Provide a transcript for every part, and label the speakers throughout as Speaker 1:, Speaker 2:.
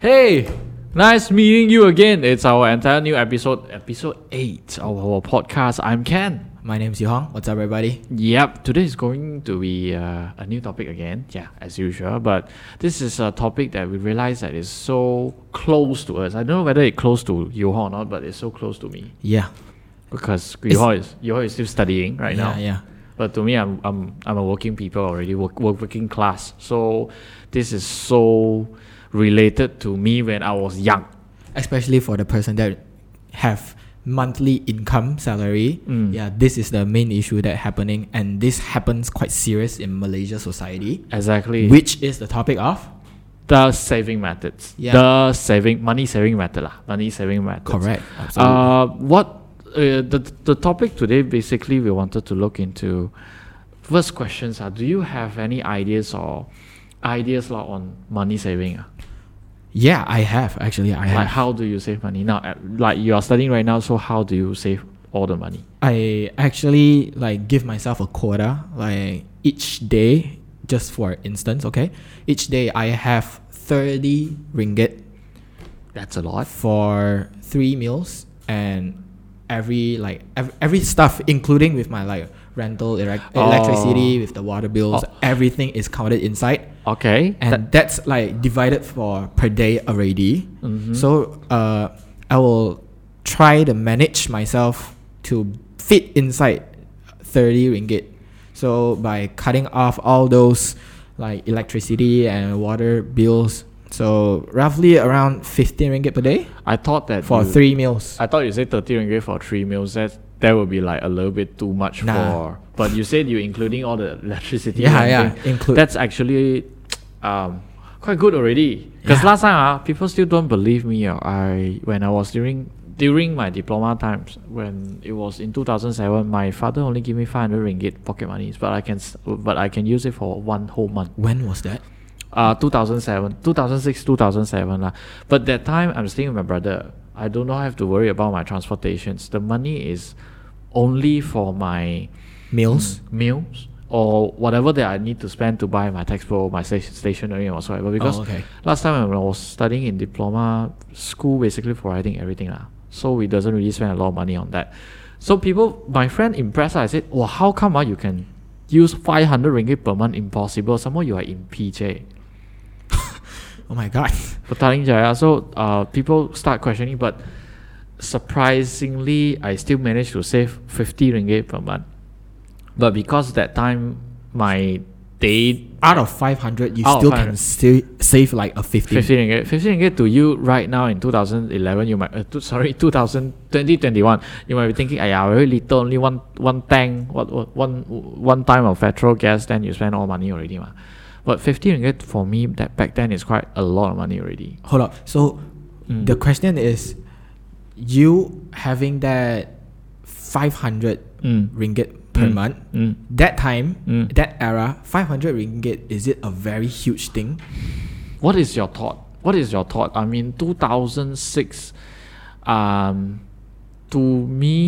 Speaker 1: Hey, nice meeting you again. It's our entire new episode, episode 8 of our podcast. I'm Ken.
Speaker 2: My name's Yohong. What's up, everybody?
Speaker 1: Yep, today is going to be uh, a new topic again. Yeah, as usual. But this is a topic that we realize that is so close to us. I don't know whether it's close to Yoho or not, but it's so close to me
Speaker 2: Yeah.
Speaker 1: because Yoho is Yoho is still studying right
Speaker 2: yeah,
Speaker 1: now.
Speaker 2: Yeah.
Speaker 1: But to me, I'm I'm I'm a working people already, work, work working class. So this is so related to me when I was young.
Speaker 2: Especially for the person that have monthly income salary.
Speaker 1: Mm.
Speaker 2: Yeah, this is the main issue that happening, and this happens quite serious in Malaysia society,
Speaker 1: Exactly.
Speaker 2: which is the topic of
Speaker 1: the saving methods.
Speaker 2: Yeah.
Speaker 1: The saving money saving method lah. Money saving method.
Speaker 2: correct. Absolutely.
Speaker 1: Uh, what uh, the the topic today basically we wanted to look into. First questions are: Do you have any ideas or ideas lah on money saving? ah?
Speaker 2: yeah, I have actually. I
Speaker 1: Like
Speaker 2: have.
Speaker 1: how do you save money now? uh, Like you are studying right now, so how do you save all the money?
Speaker 2: I actually like give myself a quota, like each day, just for instance, okay? Each day I have 30 ringgit
Speaker 1: That's a lot.
Speaker 2: for three meals and every like every, every stuff, including with my like rental, elec-
Speaker 1: Oh.
Speaker 2: electricity, with the water bills,
Speaker 1: Oh.
Speaker 2: everything is counted inside.
Speaker 1: Okay.
Speaker 2: And that's like divided for per day already.
Speaker 1: Mm-hmm.
Speaker 2: So uh, I will try to manage myself to fit inside 30 ringgit. So by cutting off all those like electricity and water bills, so roughly around 15 ringgit per day
Speaker 1: I thought that
Speaker 2: for
Speaker 1: you-
Speaker 2: three meals.
Speaker 1: I thought you said thirty ringgit for three meals. That that would be like a little bit too much
Speaker 2: Nah.
Speaker 1: for. But you said you including all the electricity.
Speaker 2: Yeah,
Speaker 1: and
Speaker 2: yeah,
Speaker 1: everything.
Speaker 2: include.
Speaker 1: That's actually, um, quite good already. Because
Speaker 2: Yeah.
Speaker 1: last time, uh, people still don't believe me. Uh, I when I was during during my diploma times when it was in 2007 my father only gave me 500 ringgit pocket monies but i can s- but i can use it for one whole month
Speaker 2: When was that?
Speaker 1: uh 2007 2006 2007 lah. but that time i'm staying with my brother i do not have to worry about my transportations the money is only for my
Speaker 2: Meals?
Speaker 1: meals or whatever that i need to spend to buy my textbook my sta- stationery and whatsoever because
Speaker 2: okay.
Speaker 1: last time when i was studying in diploma school basically providing everything lah. so we doesn't really spend a lot of money on that so people my friend impressed ah, i said well how come ah, you can use 500 ringgit per month impossible somehow you are in pj
Speaker 2: Oh my god.
Speaker 1: for Taling Jaya. So uh, people start questioning, but surprisingly, I still managed to save 50 ringgit per month. But because that time my day
Speaker 2: Out of 500, you
Speaker 1: Out of
Speaker 2: still can
Speaker 1: 500.
Speaker 2: still save like a 50.
Speaker 1: 15 ringgit, 15 ringgit to you right now in 2011, you might, uh, two, sorry, 2000, 2021, you might be thinking, yeah, very little, only one, one tank, what, what, one, one time of petrol gas, then you spend all money already. Ma. But 15 ringgit for me that back then is quite a lot of money already.
Speaker 2: Hold up. So
Speaker 1: Mm.
Speaker 2: the question is you having that 500
Speaker 1: Mm.
Speaker 2: ringgit per month
Speaker 1: Mm.
Speaker 2: that time
Speaker 1: Mm.
Speaker 2: that era 500 ringgit is it a very huge thing
Speaker 1: what is your thought? What is your thought? I mean, 2006, um, to me,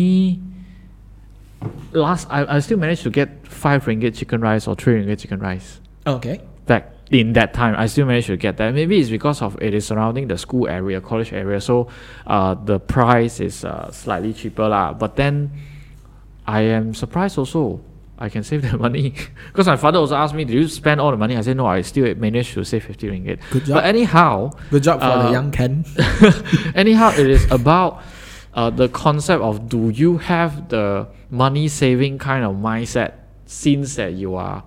Speaker 1: last I, I still managed to get five ringgit chicken rice or three ringgit chicken rice
Speaker 2: okay
Speaker 1: back in that time. I still managed to get that. Maybe it's because of it is surrounding the school area, college area, so uh, the price is uh, slightly cheaper lah. But then, I am surprised also. I can save that money because my father also asked me, "Do you spend all the money?" I said, "No, I still managed to save fifty ringgit."
Speaker 2: Good job.
Speaker 1: But anyhow,
Speaker 2: good job for
Speaker 1: Uh,
Speaker 2: the young ken
Speaker 1: anyhow, it is about uh, the concept of do you have the money saving kind of mindset since that you are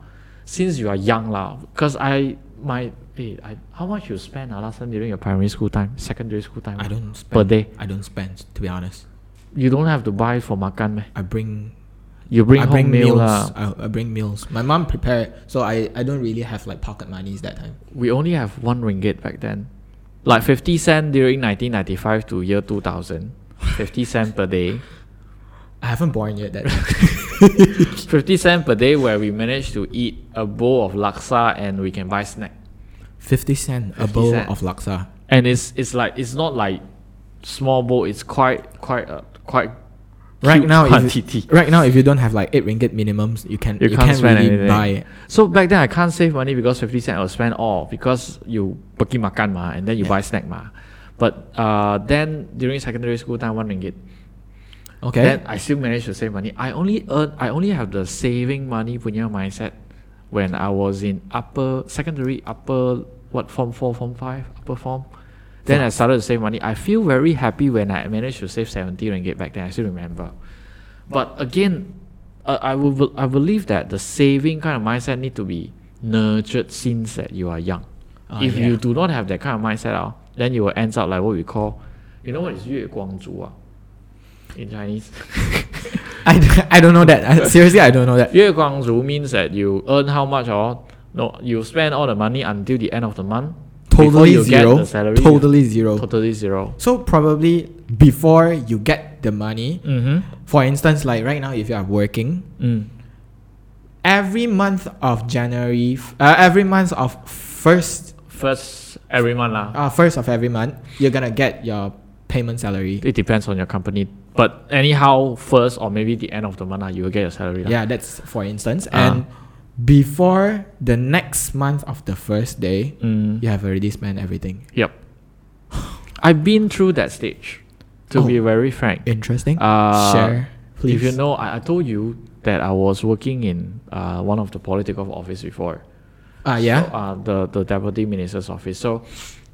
Speaker 1: since you are young lah. Because I my eh, I, how much you spend uh, last time during your primary school time, secondary school time?
Speaker 2: i
Speaker 1: ah?
Speaker 2: don't spend
Speaker 1: per day.
Speaker 2: i don't spend to be honest
Speaker 1: You don't have to buy for makan meh.
Speaker 2: i bring
Speaker 1: You bring
Speaker 2: I
Speaker 1: home
Speaker 2: bring
Speaker 1: meal
Speaker 2: meals.
Speaker 1: lah.
Speaker 2: I, I bring meals. My mom prepared, so I, I don't really have like pocket monies that time.
Speaker 1: We only have one ringgit back then, like fifty cent during nineteen ninety five to year two thousand. 50 cent per day
Speaker 2: I haven't born yet. That time.
Speaker 1: 50 cent per day where we manage to eat a bowl of laksa and we can buy snack.
Speaker 2: fifty cent a
Speaker 1: 50
Speaker 2: bowl
Speaker 1: cent.
Speaker 2: of laksa.
Speaker 1: And it's it's like it's not like small bowl, it's quite quite uh, quite
Speaker 2: Right
Speaker 1: Huge
Speaker 2: now, if you,
Speaker 1: quantity.
Speaker 2: right now, if you don't have like eight ringgit minimums, you can
Speaker 1: You
Speaker 2: you
Speaker 1: can't
Speaker 2: can't
Speaker 1: spend
Speaker 2: really
Speaker 1: anything.
Speaker 2: buy it.
Speaker 1: So back then I can't save money because 50 cent I will spend all because you pergi makan ma and then you
Speaker 2: Yeah.
Speaker 1: buy snack ma. But uh, then during secondary school time one ringgit.
Speaker 2: Okay.
Speaker 1: Then I still managed to save money. I only earn I only have the saving money punya mindset when I was in upper secondary upper what form four form five upper form. Then I started to save money. I feel very happy when I managed to save seventy ringgit back then. I still remember. But again, uh, I will I believe that the saving kind of mindset need to be nurtured since that you are young.
Speaker 2: Ah,
Speaker 1: if
Speaker 2: yeah.
Speaker 1: you do not have that kind of mindset, ah, then you will end up like what we call, you know what is 月光族 ah, in Chinese.
Speaker 2: I, d- I don't know that. I, seriously, I don't know that.
Speaker 1: 月光族 means that you earn how much or no, you spend all the money until the end of the month. before
Speaker 2: Totally
Speaker 1: you get
Speaker 2: zero.
Speaker 1: the salary, you-
Speaker 2: Totally zero.
Speaker 1: Totally zero.
Speaker 2: So probably before you get the money,
Speaker 1: Mm-hmm.
Speaker 2: for instance, like right now, if you are working,
Speaker 1: Mm.
Speaker 2: every month of January, f- uh, every month of first
Speaker 1: First every month lah.
Speaker 2: uh, first of every month, you're gonna get your payment salary.
Speaker 1: It depends on your company, but anyhow, first or maybe the end of the month, ah, you will get your salary. lah.
Speaker 2: Yeah, that's for instance.
Speaker 1: Ah.
Speaker 2: And before the next month of the first day,
Speaker 1: Mm.
Speaker 2: you have already spent everything.
Speaker 1: Yep. I've been through that stage, to
Speaker 2: Oh.
Speaker 1: be very frank.
Speaker 2: Interesting.
Speaker 1: Uh,
Speaker 2: Share, please.
Speaker 1: If you know, I, I told you that I was working in uh, one of the political office before.
Speaker 2: Ah, yeah.
Speaker 1: So, uh, the the deputy minister's office. So,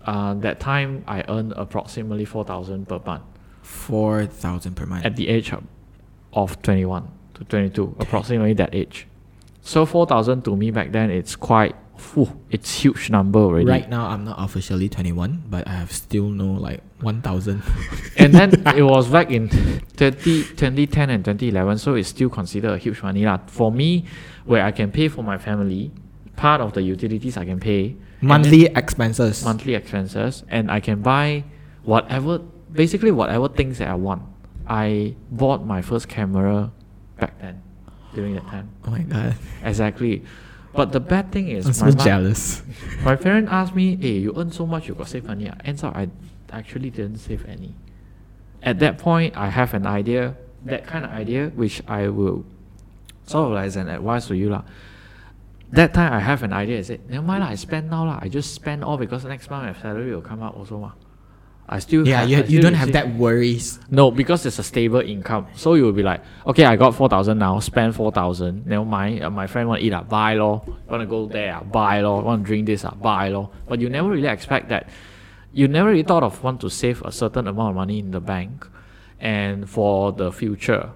Speaker 1: uh, that time I earned approximately four thousand per month
Speaker 2: Four thousand per month.
Speaker 1: at the age of, of twenty one to twenty two, approximately that age. So four thousand to me back then, it's quite, phew, it's huge number already.
Speaker 2: Right now, I'm not officially 21, but I have still no like 1,000.
Speaker 1: and then it was back in 30, 2010 and 2011 so it's still considered a huge money lah. for me where i can pay for my family part of the utilities i can pay and
Speaker 2: monthly expenses.
Speaker 1: then monthly expenses and i can buy whatever basically whatever things that i want i bought my first camera back then during that time
Speaker 2: Oh my god,
Speaker 1: exactly but the bad thing is
Speaker 2: I'm so
Speaker 1: my mom-
Speaker 2: jealous.
Speaker 1: my parent asked me, "Hey, you earn so much, you got save money." ah?" Ends up, I actually didn't save any. At that point, I have an idea, that kind of idea, which I will sort of like as an advice to you lah. That time I have an idea. I said, "Never mind lah, I spend now lah. I just spend all because next month my salary will come out also mah. I still
Speaker 2: Yeah,
Speaker 1: have-
Speaker 2: you,
Speaker 1: I
Speaker 2: you
Speaker 1: still
Speaker 2: don't have
Speaker 1: receive-
Speaker 2: that worries.
Speaker 1: no, because it's a stable income. So you'll be like, okay, I got 4,000 now, spend 4,000. Never mind. Uh, my friend want to eat, uh, buy lor. Want to go there, ah, buy lor. Want to drink this, uh, buy lor. But you never really expect that. You never really thought of want to save a certain amount of money in the bank and for the future.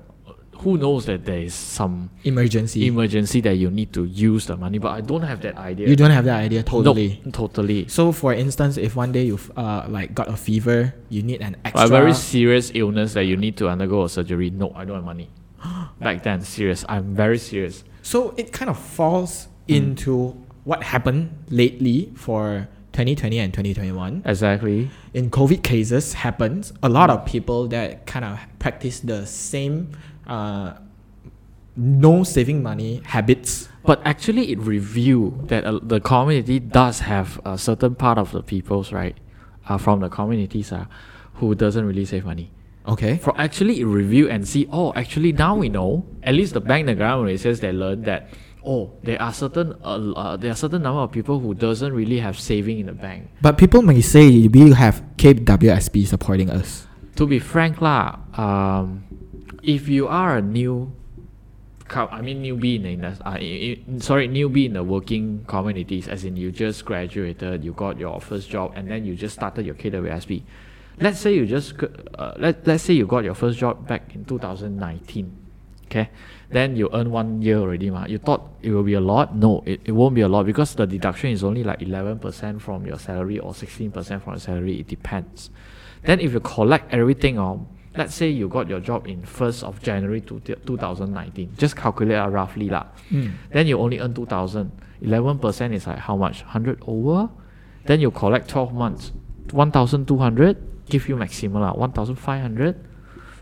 Speaker 1: Who knows that there is some
Speaker 2: Emergency.
Speaker 1: emergency that you need to use the money, but I don't have that idea.
Speaker 2: you don't have that idea totally.
Speaker 1: Nope, totally.
Speaker 2: So, for instance, if one day you've uh, like got a fever, you need an extra.
Speaker 1: a very serious illness that you need to undergo a surgery. No, I don't have money. Back then, serious. I'm very serious.
Speaker 2: so it kind of falls
Speaker 1: Hmm.
Speaker 2: into what happened lately for 2020 and 2021.
Speaker 1: Exactly.
Speaker 2: in COVID cases happens, a lot of people that kind of practice the same uh, no saving money habits.
Speaker 1: But actually, it revealed that uh, the community does have a certain part of the peoples, right, uh, from the communities uh, who doesn't really save money.
Speaker 2: Okay.
Speaker 1: For actually, it revealed and see, oh, actually, now we know, at least the bank, the grammar says they learned that, oh, there are certain, uh, uh, there are certain number of people who doesn't really have saving in the bank.
Speaker 2: But people may say we have KWSB supporting us.
Speaker 1: to be frank lah, um, if you are a new, co- I mean newbie in the indus- uh, i- i- sorry newbie in the working communities, as in you just graduated, you got your first job, and then you just started your KWSB. Let's say you just g- uh, let let's say you got your first job back in 2019, okay? Then you earn one year already, ma. You thought it will be a lot? No, it, it won't be a lot because the deduction is only like 11% from your salary or 16% from your salary. It depends. Then if you collect everything um, on, let's say you got your job in 1st of January two, 2019, just calculate out roughly lah. Then you only earn 2,000. 11% is like how much? 100 over? Then you collect 12 months. 1,200 give you maximum lah, 1,500.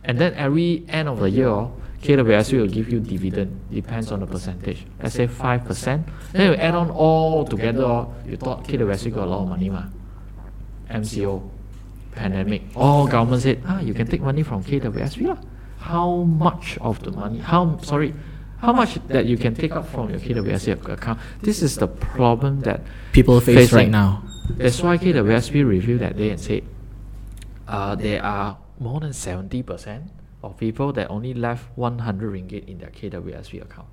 Speaker 1: And then every end of the year, oh, KWSU will give you dividend, depends on the percentage. Let's say 5%. Then you add on all together, oh, you thought KWSU got a lot of money mah. Oh, MCO, pandemic, all government said, ah, you can take money from KWSP lah. how much of the money, how sorry, how much that you can take out from your KWSP account. This is the problem that
Speaker 2: People face
Speaker 1: facing.
Speaker 2: right now.
Speaker 1: That's why KWSP reviewed that day and said, uh, there are more than seventy percent of people that only left one hundred ringgit in their KWSP account.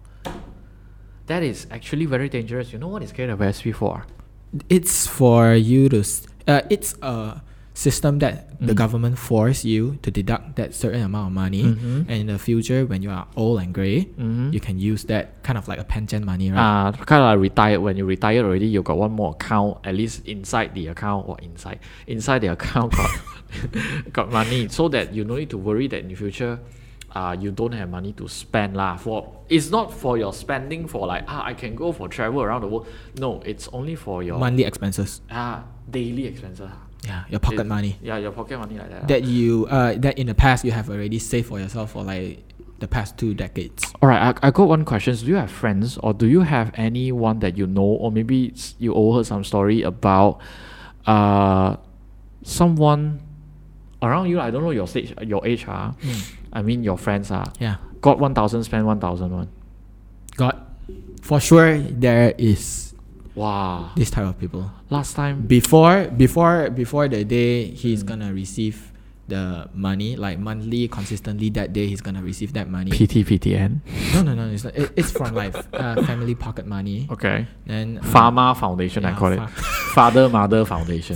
Speaker 1: That is actually very dangerous. You know what is KWSP for?
Speaker 2: It's for you to. s- Uh, it's a system that the
Speaker 1: Mm.
Speaker 2: government force you to deduct that certain amount of money,
Speaker 1: Mhm.
Speaker 2: and in the future, when you are old and gray,
Speaker 1: Mhm.
Speaker 2: you can use that kind of like a pension money, right?
Speaker 1: Uh, kind of like retired. When you retired already, you got one more account at least inside the account or inside inside the account got got money, so that you no need to worry that in the future, uh, you don't have money to spend lah. For it's not for your spending for like ah I can go for travel around the world. No, it's only for your
Speaker 2: Monthly expenses.
Speaker 1: ah daily expenses. ah.
Speaker 2: Yeah, your pocket
Speaker 1: It-
Speaker 2: money
Speaker 1: Yeah, your pocket money like that. ah.
Speaker 2: that you uh that in the past you have already saved for yourself for like the past two decades.
Speaker 1: All right, I, I got one question. Do you have friends or do you have anyone that you know, or maybe s- you overheard some story about uh, someone around you? I don't know your stage, your age, huh? I mean, your friends are
Speaker 2: Hmm. Yeah,
Speaker 1: got 1,000, spent 1,001.
Speaker 2: God, for sure there is
Speaker 1: Wow.
Speaker 2: this type of people.
Speaker 1: Last time,
Speaker 2: before before before the day he's
Speaker 1: Mm.
Speaker 2: gonna receive the money like monthly consistently that day he's gonna receive that money
Speaker 1: PTPTN.
Speaker 2: no no no it's not it, it's from like uh, family pocket money
Speaker 1: Okay.
Speaker 2: then uh,
Speaker 1: Pharma Foundation, I
Speaker 2: yeah,
Speaker 1: call it.
Speaker 2: fa-
Speaker 1: Father Mother Foundation.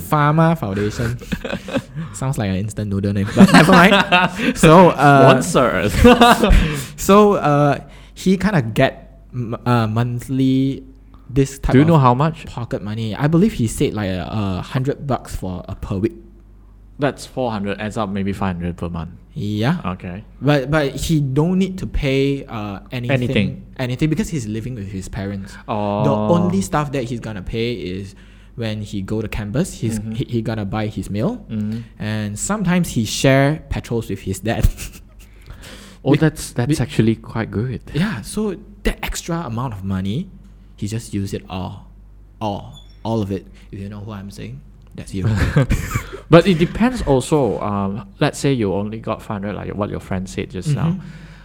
Speaker 2: Pharma Foundation sounds like an instant noodle name, but never mind. So, uh,
Speaker 1: One sir.
Speaker 2: so uh, he kind of get m- uh, monthly this type.
Speaker 1: Do you
Speaker 2: of
Speaker 1: know how much?
Speaker 2: pocket money? I believe he said like a uh, hundred bucks for a per week.
Speaker 1: That's 400, adds up maybe 500 per month.
Speaker 2: Yeah.
Speaker 1: Okay.
Speaker 2: But but he don't need to pay uh, anything,
Speaker 1: Anything.
Speaker 2: anything because he's living with his parents.
Speaker 1: Oh.
Speaker 2: The only stuff that he's gonna pay is when he go to campus. He's
Speaker 1: Mhm.
Speaker 2: he, he gonna buy his meal,
Speaker 1: Mhm.
Speaker 2: and sometimes he share petrols with his dad.
Speaker 1: Oh,
Speaker 2: Be-
Speaker 1: that's that's
Speaker 2: be-
Speaker 1: actually quite good.
Speaker 2: yeah, so that extra amount of money, he just use it all, all all of it. If you know what I'm saying, that's you.
Speaker 1: But it depends also. Um, let's say you only got five hundred, like what your friend said just now.
Speaker 2: Mhm.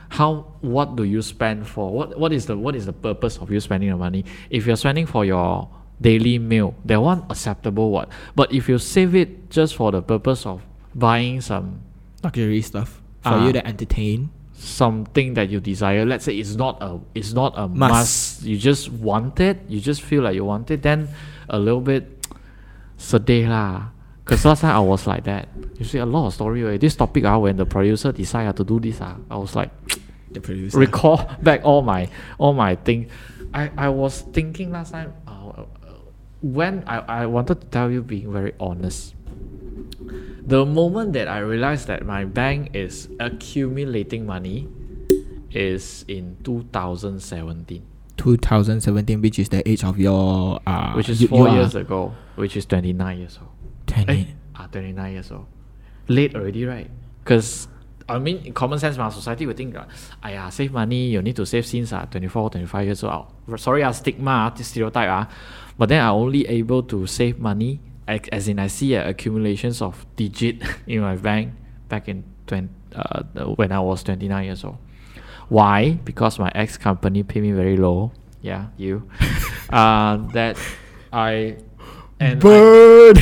Speaker 1: How? What do you spend for? What? What is the? What is the purpose of you spending the money? If you're spending for your daily meal, that one acceptable. What? But if you save it just for the purpose of buying some
Speaker 2: Luxury stuff for
Speaker 1: Ah.
Speaker 2: you to entertain.
Speaker 1: something that you desire let's say it's not a it's not a must,
Speaker 2: Must.
Speaker 1: you just want it you just feel like you want it then a little bit sedih lah because last time I was like that you see a lot of story already. this topic ah, when the producer decided to do this ah, I was like
Speaker 2: The producer.
Speaker 1: recall back all my all my thing I, I was thinking last time uh, uh, when I, I wanted to tell you being very honest the moment that I realized that my bank is accumulating money is in 2017
Speaker 2: 2017, which is the age of your uh,
Speaker 1: which is
Speaker 2: you- you
Speaker 1: four
Speaker 2: are
Speaker 1: years ago which is 29 years old
Speaker 2: 10
Speaker 1: Eh, ah, 29 years old. Late already, right? Because, I mean, in common sense, my society would think, ah, save money, you need to save since ah, 24, 25 years old. Ah, Sorry, ah, stigma, ah, this stereotype. Ah. But then I only able to save money, ac- as in I see uh, accumulations of digit in my bank back in 20, uh, the- when I was 29 years old. Why? Because my ex company pay me very low. Yeah, you. uh, that I and I-
Speaker 2: Bird.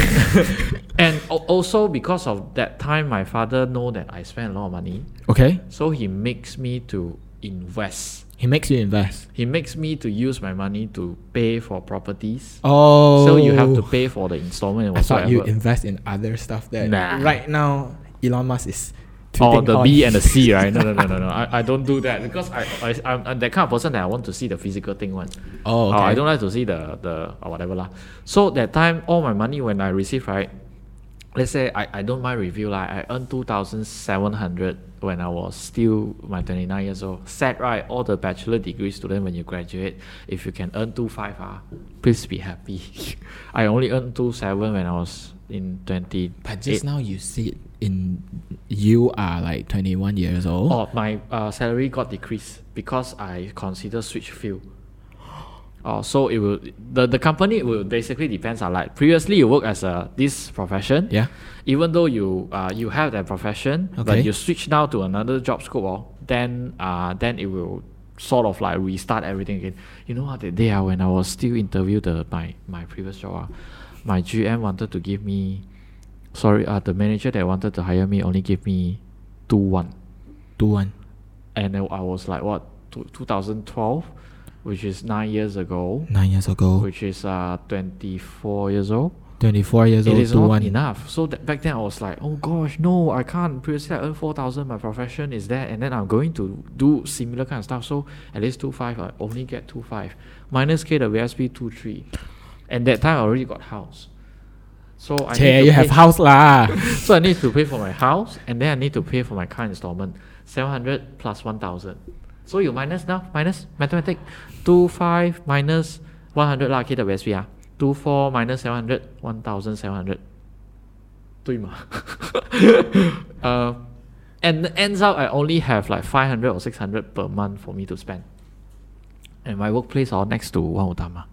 Speaker 1: and al- also because of that time my father know that i spend a lot of money
Speaker 2: okay.
Speaker 1: so he makes me to invest
Speaker 2: He makes you invest.
Speaker 1: he makes me to use my money to pay for properties
Speaker 2: Oh.
Speaker 1: so you have to pay for the installment and
Speaker 2: I thought you
Speaker 1: whatsoever
Speaker 2: invest in other stuff that
Speaker 1: Nah.
Speaker 2: right now Elon Musk is.
Speaker 1: or
Speaker 2: tweeting
Speaker 1: Oh, the
Speaker 2: on.
Speaker 1: B and the C, right? No, no, no, no, no. I, I don't do that because I, I I'm, I'm that kind of person that I want to see the physical thing one.
Speaker 2: Oh,
Speaker 1: Uh, I
Speaker 2: okay.
Speaker 1: don't like to see the the or whatever lah. So that time, all my money when I receive right, let's say I, I don't mind review lah. I earned two thousand seven hundred when I was still my twenty nine years old. Sad right? All the bachelor degree student when you graduate, if you can earn two five ah, please be happy. I only earned two seven when I was in twenty.
Speaker 2: But just now you see it in you are like 21 years old.
Speaker 1: Oh, my uh, salary got decreased because I consider switch field. Oh, so it will the, the company will basically depends on like previously you work as a this profession.
Speaker 2: Yeah.
Speaker 1: Even though you uh, you have that profession,
Speaker 2: Okay.
Speaker 1: but you switch now to another job scope, oh, then uh, then it will sort of like restart everything again. You know what that day ah, when I was still interviewed the my my previous job, ah, my GM wanted to give me sorry, uh, the manager that wanted to hire me only gave me two one
Speaker 2: Two one.
Speaker 1: and then I was like what two, 2012 which is 9 years ago
Speaker 2: Nine years ago.
Speaker 1: which is uh 24 years old
Speaker 2: Twenty four years
Speaker 1: it
Speaker 2: old.
Speaker 1: is
Speaker 2: Two
Speaker 1: not
Speaker 2: one.
Speaker 1: enough so that back then I was like oh gosh no I can't previously I earned 4000 my profession is that and then I'm going to do similar kind of stuff so at least 25 I only get 25 minus KWSP 23 and that time I already got house so I need
Speaker 2: Che,
Speaker 1: to
Speaker 2: you have
Speaker 1: pay-
Speaker 2: house lah.
Speaker 1: so I need to pay for my house and then I need to pay for my car installment. Seven hundred plus one thousand. So you minus now, minus mathematics. Two five minus one hundred lah KWSP ah. Two four minus seven hundred, one thousand seven hundred. 对吗？uh, and ends up I only have like five hundred or six hundred per month for me to spend. And my workplace are next to Wan Utama.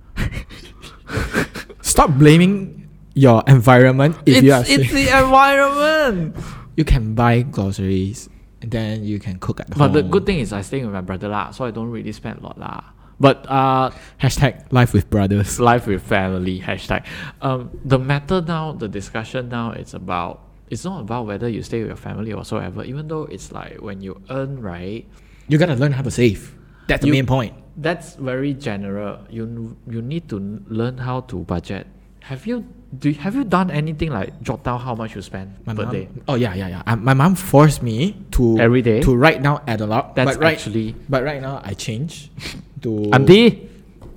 Speaker 2: Stop blaming your environment if you are. sick.
Speaker 1: the environment.
Speaker 2: you can buy groceries and then you can cook at
Speaker 1: But
Speaker 2: home.
Speaker 1: the good thing is I stay with my brother lah, so I don't really spend a lot lah. But uh,
Speaker 2: Hashtag life with brothers.
Speaker 1: life with family hashtag. Um, the matter now, the discussion now, it's about it's not about whether you stay with your family or whatsoever. Even though it's like when you earn right,
Speaker 2: You gotta learn how to save. That's
Speaker 1: You-
Speaker 2: the main point.
Speaker 1: that's very general. You n- you need to n- learn how to budget. Have you do you- have you done anything like jot down how much you spend
Speaker 2: My
Speaker 1: per
Speaker 2: mom,
Speaker 1: day?
Speaker 2: Oh yeah, yeah, yeah. I, my mom forced me to
Speaker 1: Every day?
Speaker 2: to write down at a lot.
Speaker 1: That's
Speaker 2: but right,
Speaker 1: actually
Speaker 2: but right now I change to
Speaker 1: Andy.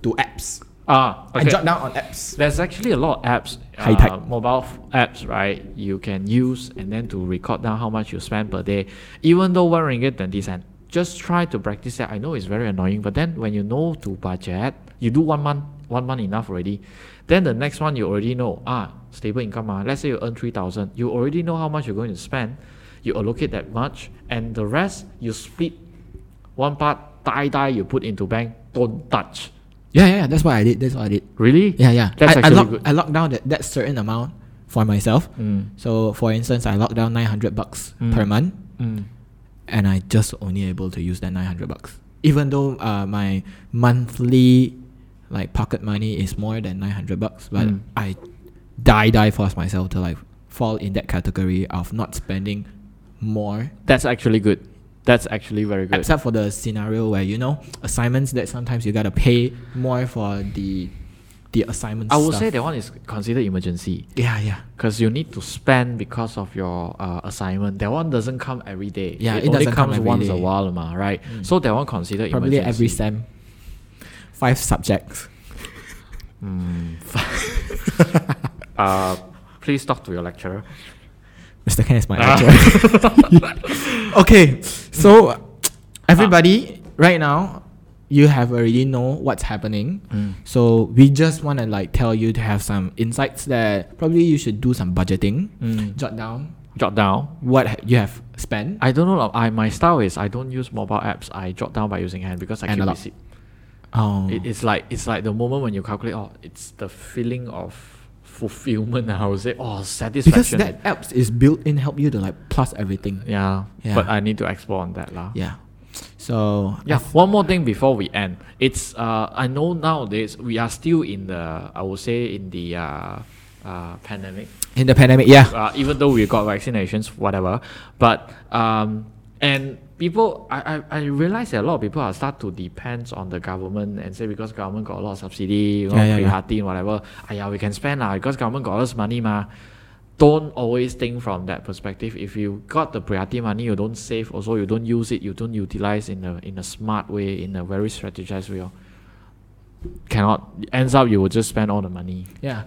Speaker 2: to apps.
Speaker 1: Ah,
Speaker 2: I
Speaker 1: okay.
Speaker 2: jot down on apps.
Speaker 1: There's actually a lot of apps,
Speaker 2: High tech.
Speaker 1: uh, mobile f- apps, right? You can use and then to record down how much you spend per day, even though one ringgit twenty cent. Just try to practice that. I know it's very annoying, but then when you know to budget, you do one month, one month enough already. Then the next one you already know. Ah, stable income. Ah, let's say you earn three thousand, you already know how much you're going to spend. You allocate that much, and the rest you split. One part tie die you put into bank. Don't touch.
Speaker 2: Yeah, yeah, yeah. That's what I did. That's what I did.
Speaker 1: Really?
Speaker 2: Yeah, yeah.
Speaker 1: That's
Speaker 2: I, I
Speaker 1: actually
Speaker 2: lock,
Speaker 1: good.
Speaker 2: I locked down that, that certain amount for myself.
Speaker 1: Mm.
Speaker 2: So for instance, I locked down nine hundred bucks per month,
Speaker 1: Mm.
Speaker 2: and I just only able to use that nine hundred bucks. Even though uh, my monthly like pocket money is more than nine hundred bucks, but
Speaker 1: Mm.
Speaker 2: I die die force myself to like fall in that category of not spending more
Speaker 1: That's actually good. That's actually very good.
Speaker 2: except for the scenario where you know assignments that sometimes you gotta pay more for the the assignments
Speaker 1: I would
Speaker 2: stuff.
Speaker 1: say that one is considered emergency
Speaker 2: yeah yeah
Speaker 1: because you need to spend because of your uh, assignment. That one doesn't come every day. it,
Speaker 2: Yeah, it
Speaker 1: only
Speaker 2: doesn't come
Speaker 1: comes
Speaker 2: every
Speaker 1: once a
Speaker 2: day. Mm.
Speaker 1: while, ma, right? So that one considered
Speaker 2: probably
Speaker 1: emergency.
Speaker 2: every sem five subjects
Speaker 1: Mm, uh, please talk to your lecturer.
Speaker 2: Mr. Ken is my
Speaker 1: Ah.
Speaker 2: lecturer. okay, so
Speaker 1: Ah.
Speaker 2: everybody, right now, you have already know what's happening.
Speaker 1: Mm.
Speaker 2: So we just want to like tell you to have some insights that probably you should do some budgeting,
Speaker 1: Mm.
Speaker 2: jot down
Speaker 1: Jot down.
Speaker 2: what ha- you have spent.
Speaker 1: I don't know. lah, I my style is I don't use mobile apps. I jot down by using hand because I keep
Speaker 2: Analog.
Speaker 1: receipt. Ah.
Speaker 2: oh,
Speaker 1: It, it's like it's like the moment when you calculate. Oh, it's the feeling of fulfillment. I would say, oh,
Speaker 2: because
Speaker 1: satisfaction.
Speaker 2: that apps is built in help you to like plus everything.
Speaker 1: Yeah,
Speaker 2: Yeah.
Speaker 1: but I need to explore on that lah.
Speaker 2: Yeah. So
Speaker 1: Yeah, one more thing before we end. It's uh, I know nowadays we are still in the I would say in the uh, uh, pandemic,
Speaker 2: in the pandemic, yeah,
Speaker 1: uh, even though we got vaccinations, whatever. But um, and people, I, I, I realize that a lot of people are start to depend on the government and say because government got a lot of subsidy, you know,
Speaker 2: Yeah, yeah,
Speaker 1: free
Speaker 2: yeah.
Speaker 1: hati and whatever. Ah, yeah, we can spend lah because government got us money ma. Don't always think from that perspective. If you got the priority money, you don't save. Also, you don't use it. You don't utilize in a in a smart way, in a very strategized way. oh. Cannot ends up you will just spend all the money,
Speaker 2: yeah.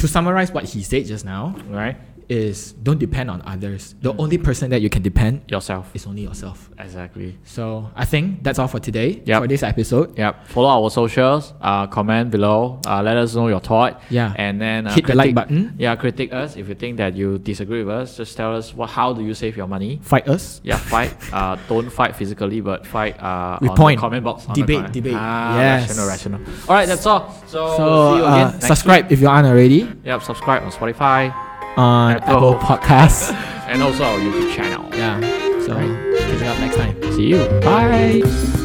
Speaker 2: To summarize what he said just now,
Speaker 1: right?
Speaker 2: is don't depend on others.
Speaker 1: Mm.
Speaker 2: The only person that you can depend
Speaker 1: yourself.
Speaker 2: is only yourself.
Speaker 1: Exactly.
Speaker 2: So I think that's all for today
Speaker 1: Yep.
Speaker 2: for this episode.
Speaker 1: Yep. Follow our socials. Uh, comment below. Uh, let us know your thought.
Speaker 2: Yeah.
Speaker 1: And then uh,
Speaker 2: Hit the like button.
Speaker 1: Yeah, critique us if you think that you disagree with us. Just tell us what. How do you save your money?
Speaker 2: Fight us.
Speaker 1: Yeah, fight. uh, don't fight physically, but fight uh,
Speaker 2: With
Speaker 1: on
Speaker 2: point.
Speaker 1: the comment box. on
Speaker 2: Debate,
Speaker 1: the comment.
Speaker 2: debate.
Speaker 1: Ah,
Speaker 2: Yes.
Speaker 1: Rational, rational. All right, that's all. So, see
Speaker 2: So
Speaker 1: you again
Speaker 2: uh,
Speaker 1: next
Speaker 2: subscribe if you aren't already
Speaker 1: week. Yep, subscribe on Spotify
Speaker 2: on
Speaker 1: Apple.
Speaker 2: Apple, Podcasts.
Speaker 1: and also our YouTube channel.
Speaker 2: yeah. So
Speaker 1: Right.
Speaker 2: catch you up next time.
Speaker 1: See you. Bye.